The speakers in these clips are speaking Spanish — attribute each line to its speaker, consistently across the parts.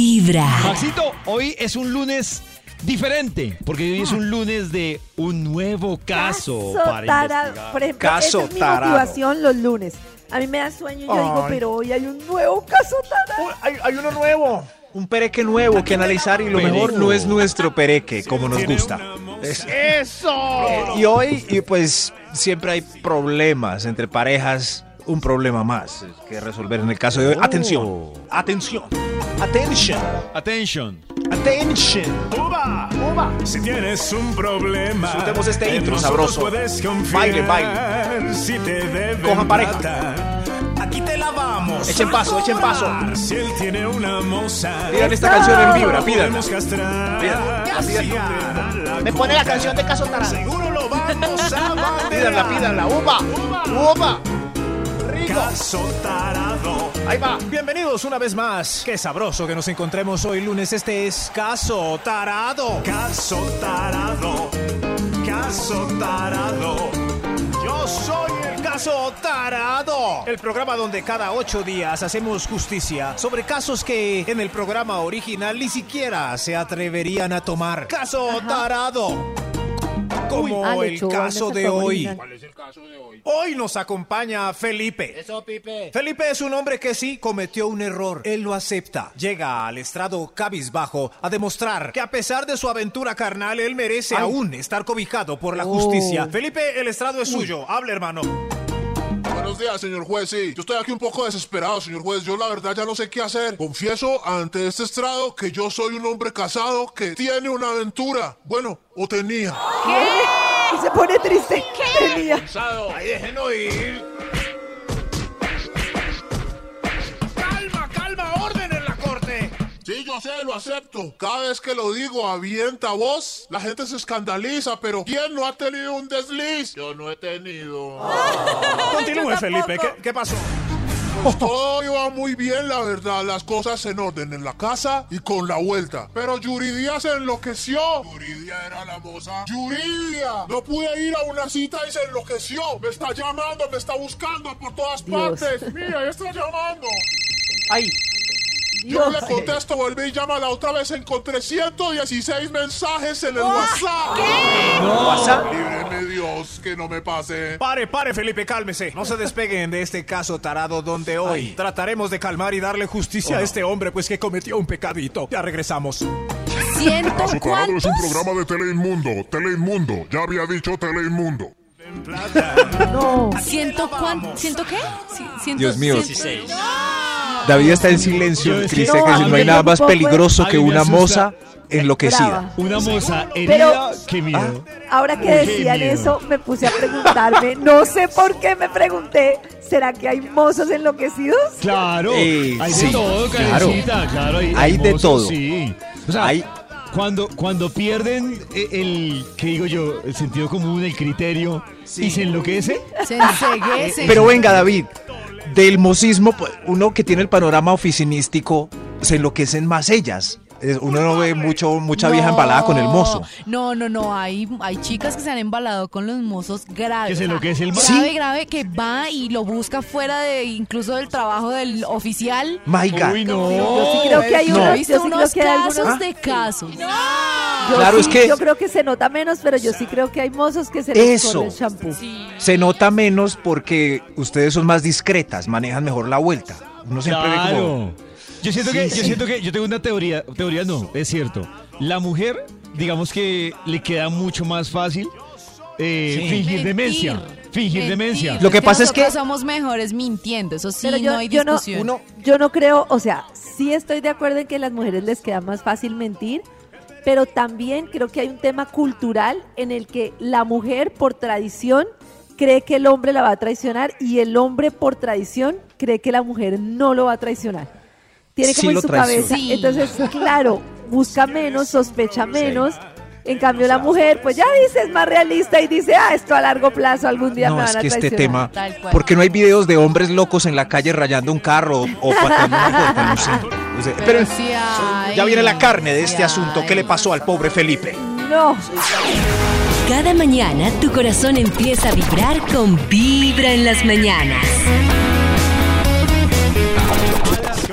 Speaker 1: Vibra.
Speaker 2: Maxito, hoy es un lunes diferente, porque hoy es un lunes de un nuevo caso, para
Speaker 3: tarado.
Speaker 2: investigar.
Speaker 3: Por ejemplo,
Speaker 4: Caso
Speaker 3: esa es mi
Speaker 4: tarado.
Speaker 3: motivación los lunes. A mí me da sueño y yo digo,
Speaker 4: Ay.
Speaker 3: pero hoy hay un nuevo caso tarado.
Speaker 4: Uy, Hay, hay uno nuevo. Un pereque nuevo que analizar y lo
Speaker 2: Pereco.
Speaker 4: mejor no es nuestro pereque, como nos gusta. Es-
Speaker 5: ¡Eso!
Speaker 4: Y hoy, y pues, siempre hay problemas entre parejas. Un problema más que resolver en el caso de hoy. Atención, atención, atención,
Speaker 2: Attention.
Speaker 4: atención.
Speaker 5: ¡Uba! Si tienes un problema,
Speaker 4: Disfrutemos este
Speaker 5: en
Speaker 4: intro
Speaker 5: nosotros
Speaker 4: sabroso.
Speaker 5: puedes confiar.
Speaker 4: Baile, baile.
Speaker 5: Si te deben
Speaker 4: Cojan pareja.
Speaker 5: matar, Aquí te la vamos.
Speaker 4: Echen
Speaker 5: a
Speaker 4: paso, echen
Speaker 5: cobrar.
Speaker 4: paso.
Speaker 5: Si él tiene una moza,
Speaker 4: Pidan esta canción en vibra,
Speaker 5: lo
Speaker 4: pídanla.
Speaker 5: podemos castrar.
Speaker 4: Pídanla,
Speaker 5: Si
Speaker 4: pídanla.
Speaker 5: no te da la
Speaker 4: Me pone la
Speaker 5: cuota,
Speaker 4: canción de Caso Tarado.
Speaker 5: Seguro lo vamos a bandear.
Speaker 4: Pídanla, pídanla. Upa, upa. Rico.
Speaker 5: Caso tarado.
Speaker 4: Ahí va. Bienvenidos una vez más. Qué sabroso que nos encontremos hoy lunes. Este es Caso Tarado.
Speaker 5: Caso tarado. Caso tarado.
Speaker 4: Yo soy el caso tarado. El programa donde cada ocho días hacemos justicia sobre casos que en el programa original ni siquiera se atreverían a tomar. Caso tarado. Como
Speaker 3: Ah, le
Speaker 4: el
Speaker 3: echó ganas
Speaker 4: caso
Speaker 3: al
Speaker 4: de
Speaker 3: programa
Speaker 4: hoy.
Speaker 3: original.
Speaker 4: Hoy nos acompaña Felipe. Eso, Pipe. Felipe es un hombre que sí cometió un error. Él lo acepta. Llega al estrado cabizbajo a demostrar que a pesar de su aventura carnal, él merece aún estar cobijado por la
Speaker 2: Oh.
Speaker 4: justicia. Felipe, el estrado es suyo. Habla, hermano.
Speaker 6: Buenos días, señor juez. Sí, yo estoy aquí un poco desesperado, señor juez. Yo la verdad ya no sé qué hacer. Confieso ante este estrado que yo soy un hombre casado que tiene una aventura. Bueno, o tenía.
Speaker 3: Y se pone triste. Tenía.
Speaker 5: Ahí déjenlo ir. Calma, calma, orden en la corte.
Speaker 6: Sí, yo sé, lo acepto. Cada vez que lo digo a vienta voz, la gente se escandaliza, pero ¿quién no ha tenido un desliz? Yo no he tenido.
Speaker 4: Continúe,
Speaker 3: Yo tampoco.
Speaker 4: Felipe. ¿Qué, qué pasó?
Speaker 6: Pues todo iba muy bien, la verdad. Las cosas en orden en la casa y con la vuelta. Pero Yuridia se enloqueció. Yuridia era la moza. ¡Yuridia! No pude ir a una cita y se enloqueció. Me está llamando, me está buscando por todas
Speaker 3: Dios.
Speaker 6: partes. Mira, ella está llamando.
Speaker 4: Ay,
Speaker 6: Yo le contesto, vuelve y llama la otra vez. Encontré 116 mensajes en el WhatsApp.
Speaker 4: WhatsApp.
Speaker 6: Líbreme Dios, que no me pase.
Speaker 4: Pare, pare, Felipe, cálmese. No se despeguen de este caso tarado donde hoy trataremos de calmar y darle
Speaker 2: Oh,
Speaker 4: justicia a este hombre, pues que cometió un pecadito. Ya regresamos.
Speaker 7: ¿Ciento
Speaker 6: Caso Tarado es un programa de Teleinmundo. Teleinmundo. Ya había dicho Teleinmundo.
Speaker 5: En plata.
Speaker 7: ¿Ciento cuánto? ¿Ciento qué? Sí, ciento-
Speaker 4: Dios mío.
Speaker 7: ciento-
Speaker 4: David está en silencio.
Speaker 2: Yo es que-
Speaker 4: Cristian
Speaker 2: No,
Speaker 4: que dice,
Speaker 2: a
Speaker 4: no hay
Speaker 2: mí
Speaker 4: nada más
Speaker 3: tampoco es-
Speaker 4: peligroso
Speaker 2: a mí
Speaker 4: que
Speaker 2: me
Speaker 4: una
Speaker 2: asusta.
Speaker 4: moza enloquecida.
Speaker 3: Brava.
Speaker 2: Una moza herida,
Speaker 3: Pero-
Speaker 2: qué miedo.
Speaker 3: Ahora que
Speaker 2: Qué
Speaker 3: decían
Speaker 2: miedo.
Speaker 3: eso, me puse a preguntarme. No sé por qué me pregunté. ¿Será que hay mozos enloquecidos?
Speaker 2: Claro,
Speaker 4: Eh,
Speaker 2: hay de
Speaker 4: sí,
Speaker 2: todo,
Speaker 4: claro.
Speaker 2: Karencita, claro. hay,
Speaker 4: Hay de
Speaker 2: mozos,
Speaker 4: todo.
Speaker 2: Sí. O sea,
Speaker 4: Hay-
Speaker 2: cuando, cuando pierden eh, el, ¿qué digo yo? El sentido común, el criterio, y se enloquecen.
Speaker 7: Se enseguece.
Speaker 4: Pero venga, David, del mocismo, pues, uno que tiene el panorama oficinístico, se enloquecen más ellas. Es- Uno no ve mucho, mucha vieja
Speaker 7: No,
Speaker 4: embalada con el mozo.
Speaker 7: No, no, no. Hay, hay chicas que se han embalado con los mozos graves.
Speaker 2: Que se
Speaker 7: o sea,
Speaker 2: enloquece el
Speaker 7: Grave,
Speaker 4: ¿Sí?
Speaker 7: grave, que va y lo busca fuera de incluso del trabajo del oficial.
Speaker 4: My God.
Speaker 2: Uy, no.
Speaker 3: Yo
Speaker 4: Oh,
Speaker 3: sí creo que hay
Speaker 7: Yo
Speaker 3: unos,
Speaker 7: he
Speaker 3: yo
Speaker 7: visto
Speaker 3: sí creo
Speaker 7: unos
Speaker 3: que hay algunos.
Speaker 7: casos de casos.
Speaker 3: Yo
Speaker 4: Claro,
Speaker 3: sí-
Speaker 4: es que-
Speaker 3: Yo creo que se nota menos, pero yo sí creo que hay mozos que se les
Speaker 4: Eso.
Speaker 3: corre el champú.
Speaker 4: Se nota menos porque ustedes son más discretas, manejan mejor la vuelta. Uno siempre ve como...
Speaker 2: Claro. Yo siento,
Speaker 4: Sí,
Speaker 2: que,
Speaker 4: sí.
Speaker 2: yo siento que yo tengo una teoría, teoría no, es cierto. La mujer, digamos que le queda mucho más fácil eh,
Speaker 4: Sí.
Speaker 2: fingir
Speaker 7: Mentir,
Speaker 2: demencia. Fingir
Speaker 7: mentir.
Speaker 2: demencia.
Speaker 4: Lo que pasa es
Speaker 7: nosotros
Speaker 4: que-
Speaker 7: somos mejores mintiendo, eso sí,
Speaker 3: Pero yo-
Speaker 7: no hay
Speaker 3: yo no-
Speaker 7: discusión.
Speaker 4: uno-
Speaker 3: Yo no creo, o sea, sí estoy de acuerdo en que a las mujeres les queda más fácil mentir, pero también creo que hay un tema cultural en el que la mujer por tradición cree que el hombre la va a traicionar y el hombre por tradición cree que la mujer no lo va a traicionar. Tiene
Speaker 4: Sí
Speaker 3: como
Speaker 4: lo
Speaker 3: en su
Speaker 4: traiciona.
Speaker 3: cabeza.
Speaker 7: Sí.
Speaker 3: Entonces, claro, busca menos, sospecha menos. En cambio, la mujer, pues ya dice, es más realista y dice, ah, esto a largo plazo algún día
Speaker 4: No,
Speaker 3: me van
Speaker 4: es
Speaker 3: a
Speaker 4: que este
Speaker 3: traicionar.
Speaker 4: tema...
Speaker 7: Tal cual.
Speaker 4: Porque no hay videos de hombres locos en la calle rayando un carro o pateando una puerta, no sé. No sé. Pero,
Speaker 7: sí hay,
Speaker 4: ya viene la carne de
Speaker 7: sí
Speaker 4: este asunto. ¿Qué le
Speaker 7: hay.
Speaker 4: pasó al pobre Felipe?
Speaker 3: No.
Speaker 8: Cada mañana tu corazón empieza a vibrar con Vibra en las mañanas.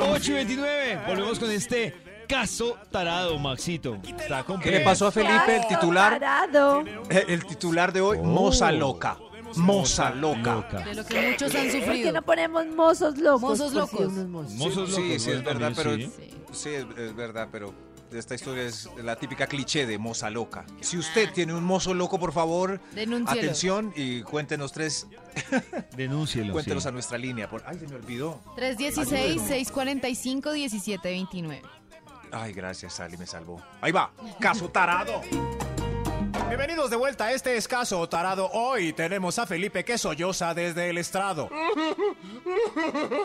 Speaker 2: 8 y 29. Volvemos con este caso tarado, Maxito. Está
Speaker 4: ¿Qué
Speaker 2: complejo.
Speaker 4: le pasó a Felipe el
Speaker 3: Caso
Speaker 4: titular?
Speaker 3: Parado.
Speaker 4: Eh, El titular de hoy, Moza Loca. Oh. Moza Loca.
Speaker 2: Loca.
Speaker 7: De lo que muchos han
Speaker 3: ¿Por qué
Speaker 7: sufrido.
Speaker 3: no ponemos mozos locos?
Speaker 7: Mozos
Speaker 3: Pues sí,
Speaker 7: locos.
Speaker 3: unos mozos.
Speaker 2: Mozos locos,
Speaker 4: sí, sí, es
Speaker 2: bueno,
Speaker 4: verdad, pero
Speaker 2: también, sí.
Speaker 4: sí, es, es verdad, pero esta historia es la típica cliché de moza loca. Si usted tiene un mozo loco, por favor,
Speaker 7: Denúncielo.
Speaker 4: atención y cuéntenos tres,
Speaker 2: Denúncielo.
Speaker 4: cuéntenos
Speaker 2: sí.
Speaker 4: a nuestra línea. Por... Ay, se me olvidó.
Speaker 7: 316-645-1729.
Speaker 4: Ay, gracias, Sally, me salvó. Ahí va, caso tarado. Bienvenidos de vuelta a este escaso tarado. Hoy tenemos a Felipe que solloza desde el estrado.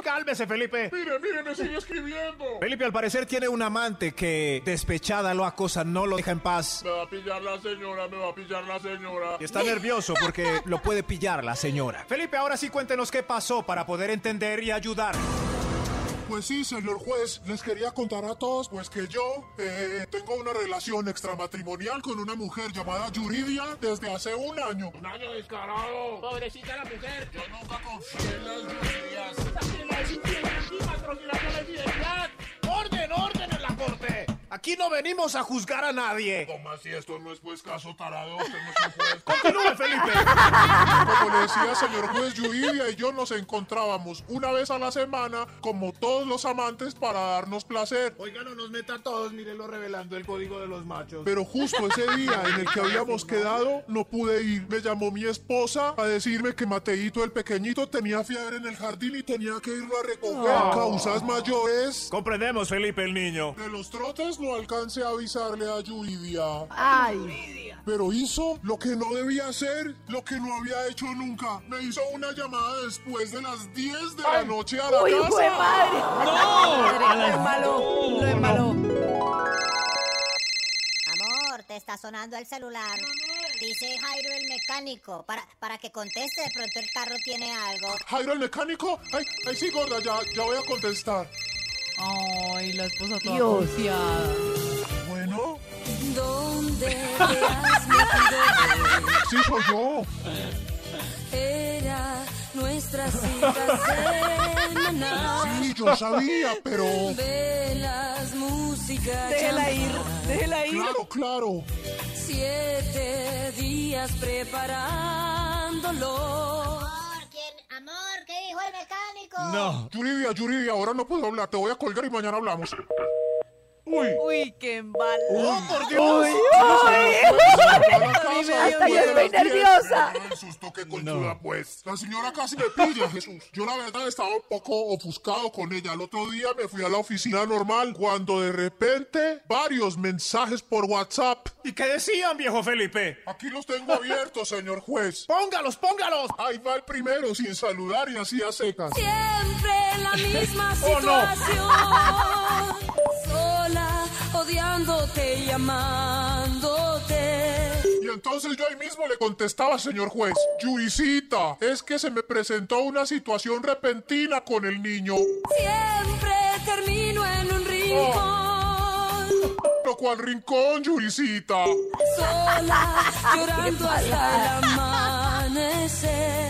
Speaker 4: Cálmese, Felipe.
Speaker 6: Mire, mire, me sigue escribiendo.
Speaker 4: Felipe al parecer tiene un amante que despechada lo acosa, no lo deja en paz.
Speaker 6: Me va a pillar la señora, me va a pillar la señora.
Speaker 4: Y está nervioso porque lo puede pillar la señora. Felipe, ahora sí cuéntenos qué pasó para poder entender y ayudar.
Speaker 6: Pues sí, señor juez, les quería contar a todos pues que yo eh, tengo una relación extramatrimonial con una mujer llamada Yuridia desde hace un año. Un año descarado.
Speaker 5: Pobrecita la mujer.
Speaker 6: Yo nunca confié en las Yuridias.
Speaker 5: También la infidelidad y patrocinando la infidelidad. ¡Orden, orden en la corte!
Speaker 4: Aquí no venimos a juzgar a nadie.
Speaker 6: Toma, si esto no es pues caso tarado, usted no es un juez.
Speaker 4: Continúe, Felipe.
Speaker 6: Como le decía, señor juez, Yuridia y yo nos encontrábamos una vez a la semana, como todos los amantes, para darnos placer.
Speaker 5: Oiga, no nos meta a todos, mírenlo revelando el código de los machos.
Speaker 6: Pero justo ese día en el que habíamos quedado, no pude ir. Me llamó mi esposa a decirme que Mateito, el pequeñito, tenía fiebre en el jardín y tenía que irlo a recoger. Causas mayores.
Speaker 4: Comprendemos, Felipe el niño.
Speaker 6: De los trotes no alcancé a avisarle a Yuridia,
Speaker 3: Ay,
Speaker 6: pero hizo lo que no debía hacer, lo que no había hecho nunca. Me hizo una llamada después de las 10 de la noche a la
Speaker 3: uy,
Speaker 6: casa.
Speaker 3: hijo de madre.
Speaker 7: Lo embaló, lo embaló.
Speaker 1: Amor, te está sonando el celular. Dice Jairo el mecánico. Para, para que conteste, de pronto el carro tiene algo.
Speaker 6: Jairo, el mecánico. Ay, ay, sí, gorda, ya, ya voy a contestar.
Speaker 7: Ay, la esposa toda
Speaker 3: Dios.
Speaker 7: confiada.
Speaker 6: Bueno,
Speaker 8: ¿Dónde te has metido?
Speaker 6: sí, soy yo.
Speaker 8: Era nuestra cita semanal.
Speaker 6: Sí, yo sabía, pero.
Speaker 8: Velas, música,
Speaker 7: Déjela ir, déjela ir.
Speaker 6: Claro, claro.
Speaker 8: siete días preparándolo.
Speaker 1: Amor, ¿quién? Amor, ¿qué dijo el mecánico?
Speaker 2: No.
Speaker 6: Yuridia, Yuridia, ahora no puedo hablar. Te voy a colgar y mañana hablamos. Uy.
Speaker 7: Uy, qué embaló.
Speaker 6: ¡Oh, por Dios!
Speaker 7: mí me dio
Speaker 6: Hasta
Speaker 7: miedo.
Speaker 3: Estoy nerviosa.
Speaker 6: El susto que conchuda, pues. La señora casi me pilla, Jesús. Yo, la verdad, estaba un poco ofuscado con ella. El otro día me fui a la oficina normal cuando de repente varios mensajes por WhatsApp.
Speaker 4: ¿Y qué decían, viejo Felipe?
Speaker 6: Aquí los tengo abiertos, señor juez.
Speaker 4: Póngalos, póngalos.
Speaker 6: Ahí va el primero sin saludar y así a secas.
Speaker 8: Siempre la misma
Speaker 4: Oh, no.
Speaker 8: situación. Sola, odiándote y amándote.
Speaker 6: Y entonces yo ahí mismo le contestaba, señor juez, Yuricita, es que se me presentó una situación repentina con el niño,
Speaker 8: Siempre termino en un rincón.
Speaker 6: lo cual rincón, Yuricita.
Speaker 8: Sola, llorando hasta el amanecer.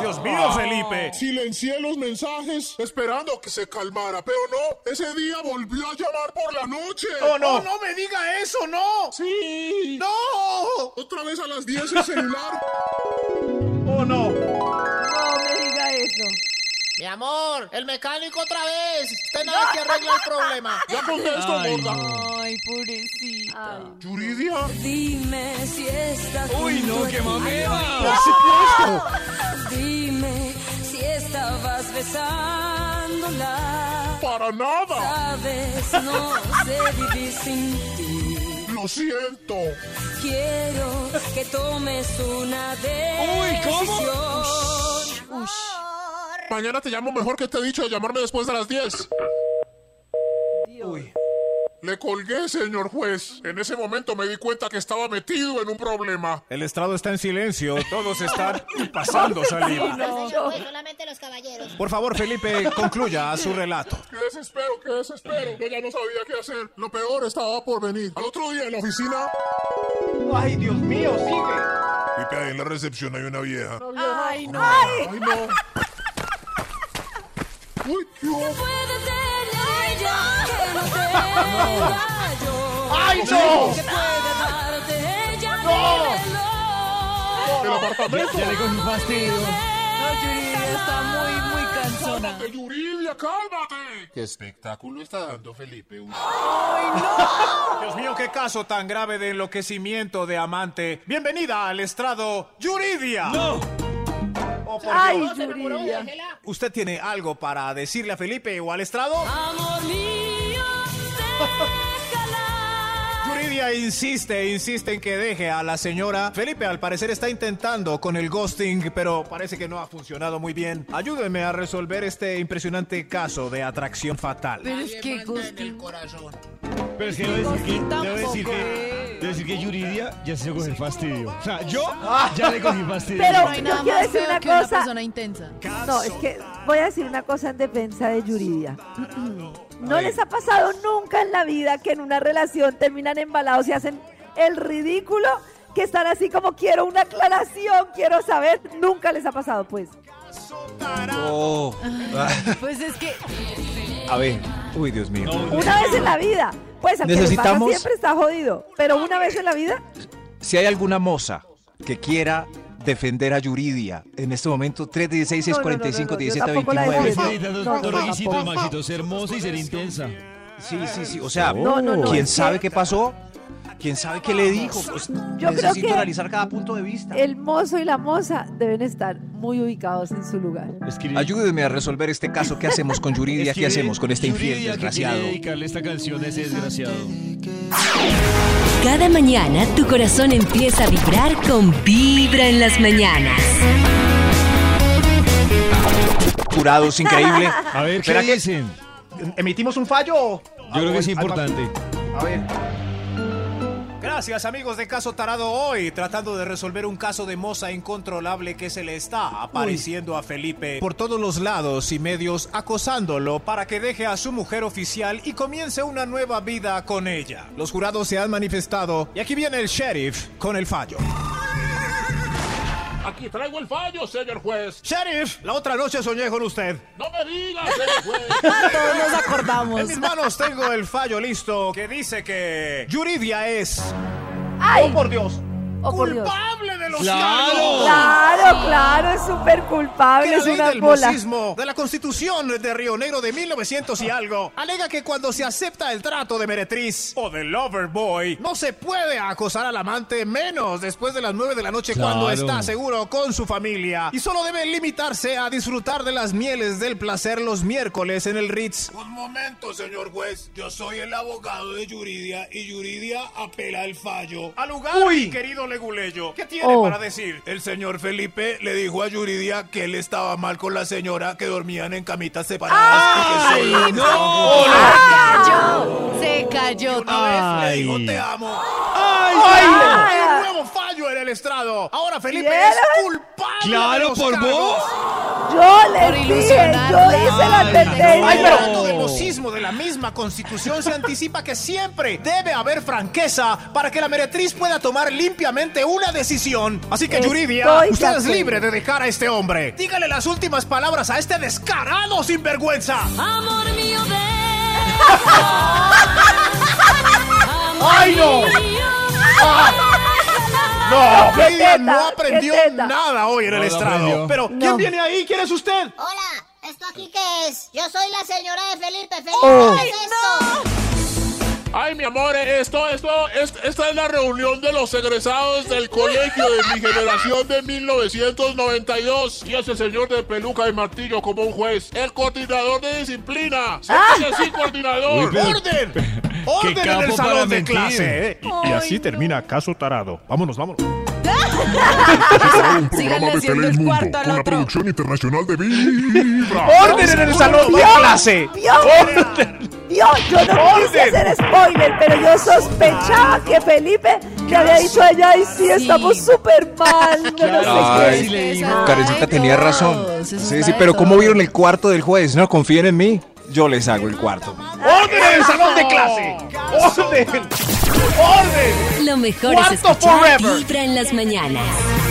Speaker 4: Dios mío, Felipe.
Speaker 6: Silencié los mensajes esperando que se calmara, pero no, ese día volvió a llamar por la noche.
Speaker 4: ¡Oh, no! ¡No me diga eso, no!
Speaker 6: Sí.
Speaker 4: ¡No!
Speaker 6: Otra vez a las 10 el celular.
Speaker 4: ¡Oh, no!
Speaker 3: No me diga eso.
Speaker 5: Mi amor, el mecánico otra vez. Usted nada que arregla el problema.
Speaker 6: Ya contesto, gorda.
Speaker 7: Ay, pobrecita.
Speaker 6: Yuridia.
Speaker 8: Dime si está
Speaker 2: Uy, no,
Speaker 8: junto a
Speaker 2: qué
Speaker 8: ti.
Speaker 2: mamera.
Speaker 8: Dime si estabas besándola.
Speaker 6: Para nada.
Speaker 8: Sabes, no sé vivir sin ti.
Speaker 6: Lo siento.
Speaker 8: Quiero que tomes una
Speaker 2: Uy, ¿cómo?
Speaker 8: decisión.
Speaker 1: Amor.
Speaker 6: Mañana te llamo mejor que te he dicho de llamarme después de las 10.
Speaker 4: Uy.
Speaker 6: Le colgué, señor juez. En ese momento me di cuenta que estaba metido en un problema.
Speaker 4: El estrado está en silencio. Todos están pasando saliva.
Speaker 1: Señor juez, solamente los caballeros.
Speaker 4: Por favor, Felipe, concluya su relato.
Speaker 6: ¡Qué desespero, qué desespero! Yo ya no sabía qué hacer. Lo peor estaba por venir. Al otro día en la oficina...
Speaker 4: ¡Ay, Dios mío, sigue!
Speaker 6: Pipe, ahí en la recepción hay una vieja.
Speaker 7: Ay, no.
Speaker 6: ¡Ay, no! ¡Uy, qué
Speaker 8: Puede ser
Speaker 5: ¡Ay, no!
Speaker 6: Sigo.
Speaker 5: ¡No!
Speaker 6: El apartamento.
Speaker 2: Ya le cogí fastidio.
Speaker 7: está muy, muy cansona.
Speaker 6: Cálmate, Yuridia, cálmate. ¿Qué espectáculo está dando Felipe?
Speaker 4: Dios mío, qué caso tan grave de enloquecimiento de amante. Bienvenida al estrado, Yuridia.
Speaker 2: No.
Speaker 4: Oh, por
Speaker 3: Ay,
Speaker 4: Dios.
Speaker 3: Yuridia.
Speaker 4: ¿Usted tiene algo para decirle a Felipe o al estrado? Yuridia insiste, insiste en que deje a la señora. Felipe al parecer está intentando con el ghosting, pero parece que no ha funcionado muy bien. Ayúdenme a resolver este impresionante caso de atracción fatal.
Speaker 7: Pero es que Ghosting.
Speaker 2: Pero es que debo decir que,
Speaker 7: Tampoco.
Speaker 2: debo decir que, debo decir que Yuridia ya se hizo coger fastidio. O sea, yo ya le cogí fastidio.
Speaker 3: Pero-
Speaker 7: No hay
Speaker 3: Yo
Speaker 7: nada
Speaker 3: quiero
Speaker 7: más
Speaker 3: decir
Speaker 7: feo
Speaker 3: una
Speaker 7: que una
Speaker 3: cosa.
Speaker 7: persona intensa.
Speaker 3: No, es que voy a decir una cosa en defensa de Yuridia. ¿No
Speaker 4: ver.
Speaker 3: les ha pasado nunca en la vida que en una relación terminan embalados y hacen el ridículo? Que están así como quiero una aclaración, quiero saber. Nunca les ha pasado, pues.
Speaker 7: Pues es que
Speaker 4: Ah, A ver. Uy, Dios mío.
Speaker 3: Una vez en la vida. Pues al que le pasa
Speaker 9: Necesitamos-
Speaker 3: siempre está jodido. Pero una vez en la vida,
Speaker 9: Si hay alguna moza que quiera defender a Yuridia en este momento, 316 645
Speaker 3: No, no, no, no, no, yo tampoco la
Speaker 9: 1729
Speaker 3: defiendo.
Speaker 2: Felicitaciones,
Speaker 3: No, no,
Speaker 2: doctor Luisito,
Speaker 3: tampoco.
Speaker 2: Maxito, ser hermosa y ser intensa.
Speaker 9: Sí, sí, sí. O sea,
Speaker 3: No, no, no,
Speaker 9: ¿quién
Speaker 3: es que-
Speaker 9: sabe qué pasó? ¿Quién sabe qué le dijo? Pues,
Speaker 3: creo
Speaker 9: necesito
Speaker 3: que-
Speaker 9: analizar cada punto de vista.
Speaker 3: el mozo y la moza deben estar muy ubicados en su lugar.
Speaker 2: Escribí-
Speaker 9: Ayúdenme a resolver este caso. ¿Qué hacemos con Yuridia? ¿Qué
Speaker 2: escribí-
Speaker 9: hacemos con este infiel
Speaker 2: Yuridia, que
Speaker 9: desgraciado?
Speaker 2: quiere dedicarle esta canción a ese desgraciado.
Speaker 8: Cada mañana tu corazón empieza a vibrar con Vibra en las mañanas.
Speaker 9: Jurados, increíble.
Speaker 2: A ver, ¿qué
Speaker 9: ¿Será que-
Speaker 2: dicen?
Speaker 4: ¿Emitimos un fallo?
Speaker 2: Yo creo que es importante.
Speaker 4: A ver. Gracias amigos de Caso Tarado hoy, tratando de resolver un caso de moza incontrolable que se le está apareciendo a Felipe por todos los lados y medios acosándolo para que deje a su mujer oficial y comience una nueva vida con ella. Los jurados se han manifestado y aquí viene el sheriff con el fallo.
Speaker 5: Aquí traigo el fallo, señor juez.
Speaker 4: Sheriff, la otra noche soñé con usted.
Speaker 5: No me digas, señor juez.
Speaker 7: todos nos acordamos.
Speaker 4: En mis manos tengo el fallo listo que dice que Yuridia es...
Speaker 3: ¡Ay!
Speaker 4: por Dios!
Speaker 3: Oh, por Dios.
Speaker 4: ¡Culpable de los
Speaker 2: ¡Claro!
Speaker 4: cargos!
Speaker 3: Claro, claro, es súper culpable,
Speaker 4: que
Speaker 3: es
Speaker 4: la ley
Speaker 3: una
Speaker 4: del
Speaker 3: bola.
Speaker 4: mocismo de la Constitución de Río Negro de 1900 y algo alega que cuando se acepta el trato de meretriz o de lover boy, no se puede acosar al amante menos después de las 9 de la noche
Speaker 2: Claro.
Speaker 4: cuando está seguro con su familia y solo debe limitarse a disfrutar de las mieles del placer los miércoles en el Ritz.
Speaker 6: Un momento, señor juez. Yo soy el abogado de Yuridia y Yuridia apela el fallo.
Speaker 4: Al lugar, mi querido Leguleyo, ¿qué tiene
Speaker 3: Oh.
Speaker 4: para decir?
Speaker 6: El señor Felipe le dijo a Yuridia que él estaba mal con la señora que dormían en camitas separadas. y que solo-
Speaker 7: cayó. Se cayó.
Speaker 6: Una vez le dijo
Speaker 2: Ay.
Speaker 6: te amo.
Speaker 4: ¡Ay!
Speaker 3: ay, ay!
Speaker 4: ¡Un nuevo fallo en el estrado! Ahora Felipe
Speaker 3: ¿Vieron?
Speaker 4: es culpable.
Speaker 2: Claro,
Speaker 4: de los
Speaker 2: por
Speaker 4: cargos.
Speaker 2: vos.
Speaker 3: Yo
Speaker 7: Por
Speaker 3: les dije,
Speaker 7: ilusionarla.
Speaker 3: yo hice la
Speaker 2: Ay,
Speaker 4: Ay,
Speaker 2: no.
Speaker 4: pero
Speaker 3: advertencia.
Speaker 4: el mocismo de la misma constitución se anticipa que siempre debe haber franqueza para que la meretriz pueda tomar limpiamente una decisión. Así que,
Speaker 3: Estoy
Speaker 4: Yuridia,
Speaker 3: de
Speaker 4: usted es
Speaker 3: acuerdo.
Speaker 4: libre de dejar a este hombre. Dígale las últimas palabras a este descarado sinvergüenza.
Speaker 6: ¡Ay, no!
Speaker 4: No,
Speaker 3: Oh, ¡Qué
Speaker 4: Yuridia
Speaker 3: teta,
Speaker 4: no aprendió
Speaker 3: qué teta!
Speaker 4: nada hoy en
Speaker 2: No,
Speaker 4: el
Speaker 2: no
Speaker 4: estrado.
Speaker 2: aprendió.
Speaker 4: Pero, ¿quién
Speaker 3: No.
Speaker 4: viene ahí? ¿Quién es usted?
Speaker 1: Hola, ¿esto aquí qué es? Yo soy la señora de Felipe. Felipe,
Speaker 3: Oh.
Speaker 1: ¿qué es esto?
Speaker 5: ¡Ay, mi amor!
Speaker 6: Amor, esto, esto, es- esta es la reunión de los egresados del colegio de mi generación de 1992. Y ese señor de peluca y martillo como un juez, el coordinador de disciplina.
Speaker 7: Ah.
Speaker 6: Siéntese así, coordinador.
Speaker 2: Uy, pero-
Speaker 4: ¡Orden! ¡Orden en el
Speaker 2: capo para
Speaker 4: salón de
Speaker 2: mentir.
Speaker 4: clase! ¿eh? Y, y así termina Caso Tarado. Vámonos, vámonos.
Speaker 6: un
Speaker 7: Síganle
Speaker 6: programa
Speaker 7: Ah,
Speaker 6: de
Speaker 7: haciendo el
Speaker 6: Telemundo
Speaker 7: cuarto al
Speaker 6: con la
Speaker 7: otro.
Speaker 6: producción internacional de Vibra.
Speaker 4: ¡Orden en el salón de clase!
Speaker 3: Dios, Dios, yo no quise
Speaker 4: ¡Orden!
Speaker 3: hacer spoiler, pero yo sospechaba que Felipe le había dicho a ella, ay, sí, estamos súper mal, yo no sé
Speaker 9: Ay,
Speaker 3: qué".
Speaker 9: sí
Speaker 2: le digo.
Speaker 9: Karencita tenía razón. Sí, sí, pero ¿cómo vieron el cuarto del juez? No, confíen en mí. Yo les hago el cuarto.
Speaker 4: ¡Orden en el salón de clase! ¡Orden! ¡Orden!
Speaker 8: Lo mejor es
Speaker 4: Cuarto
Speaker 8: escuchar
Speaker 4: forever.
Speaker 8: Vibra en las mañanas.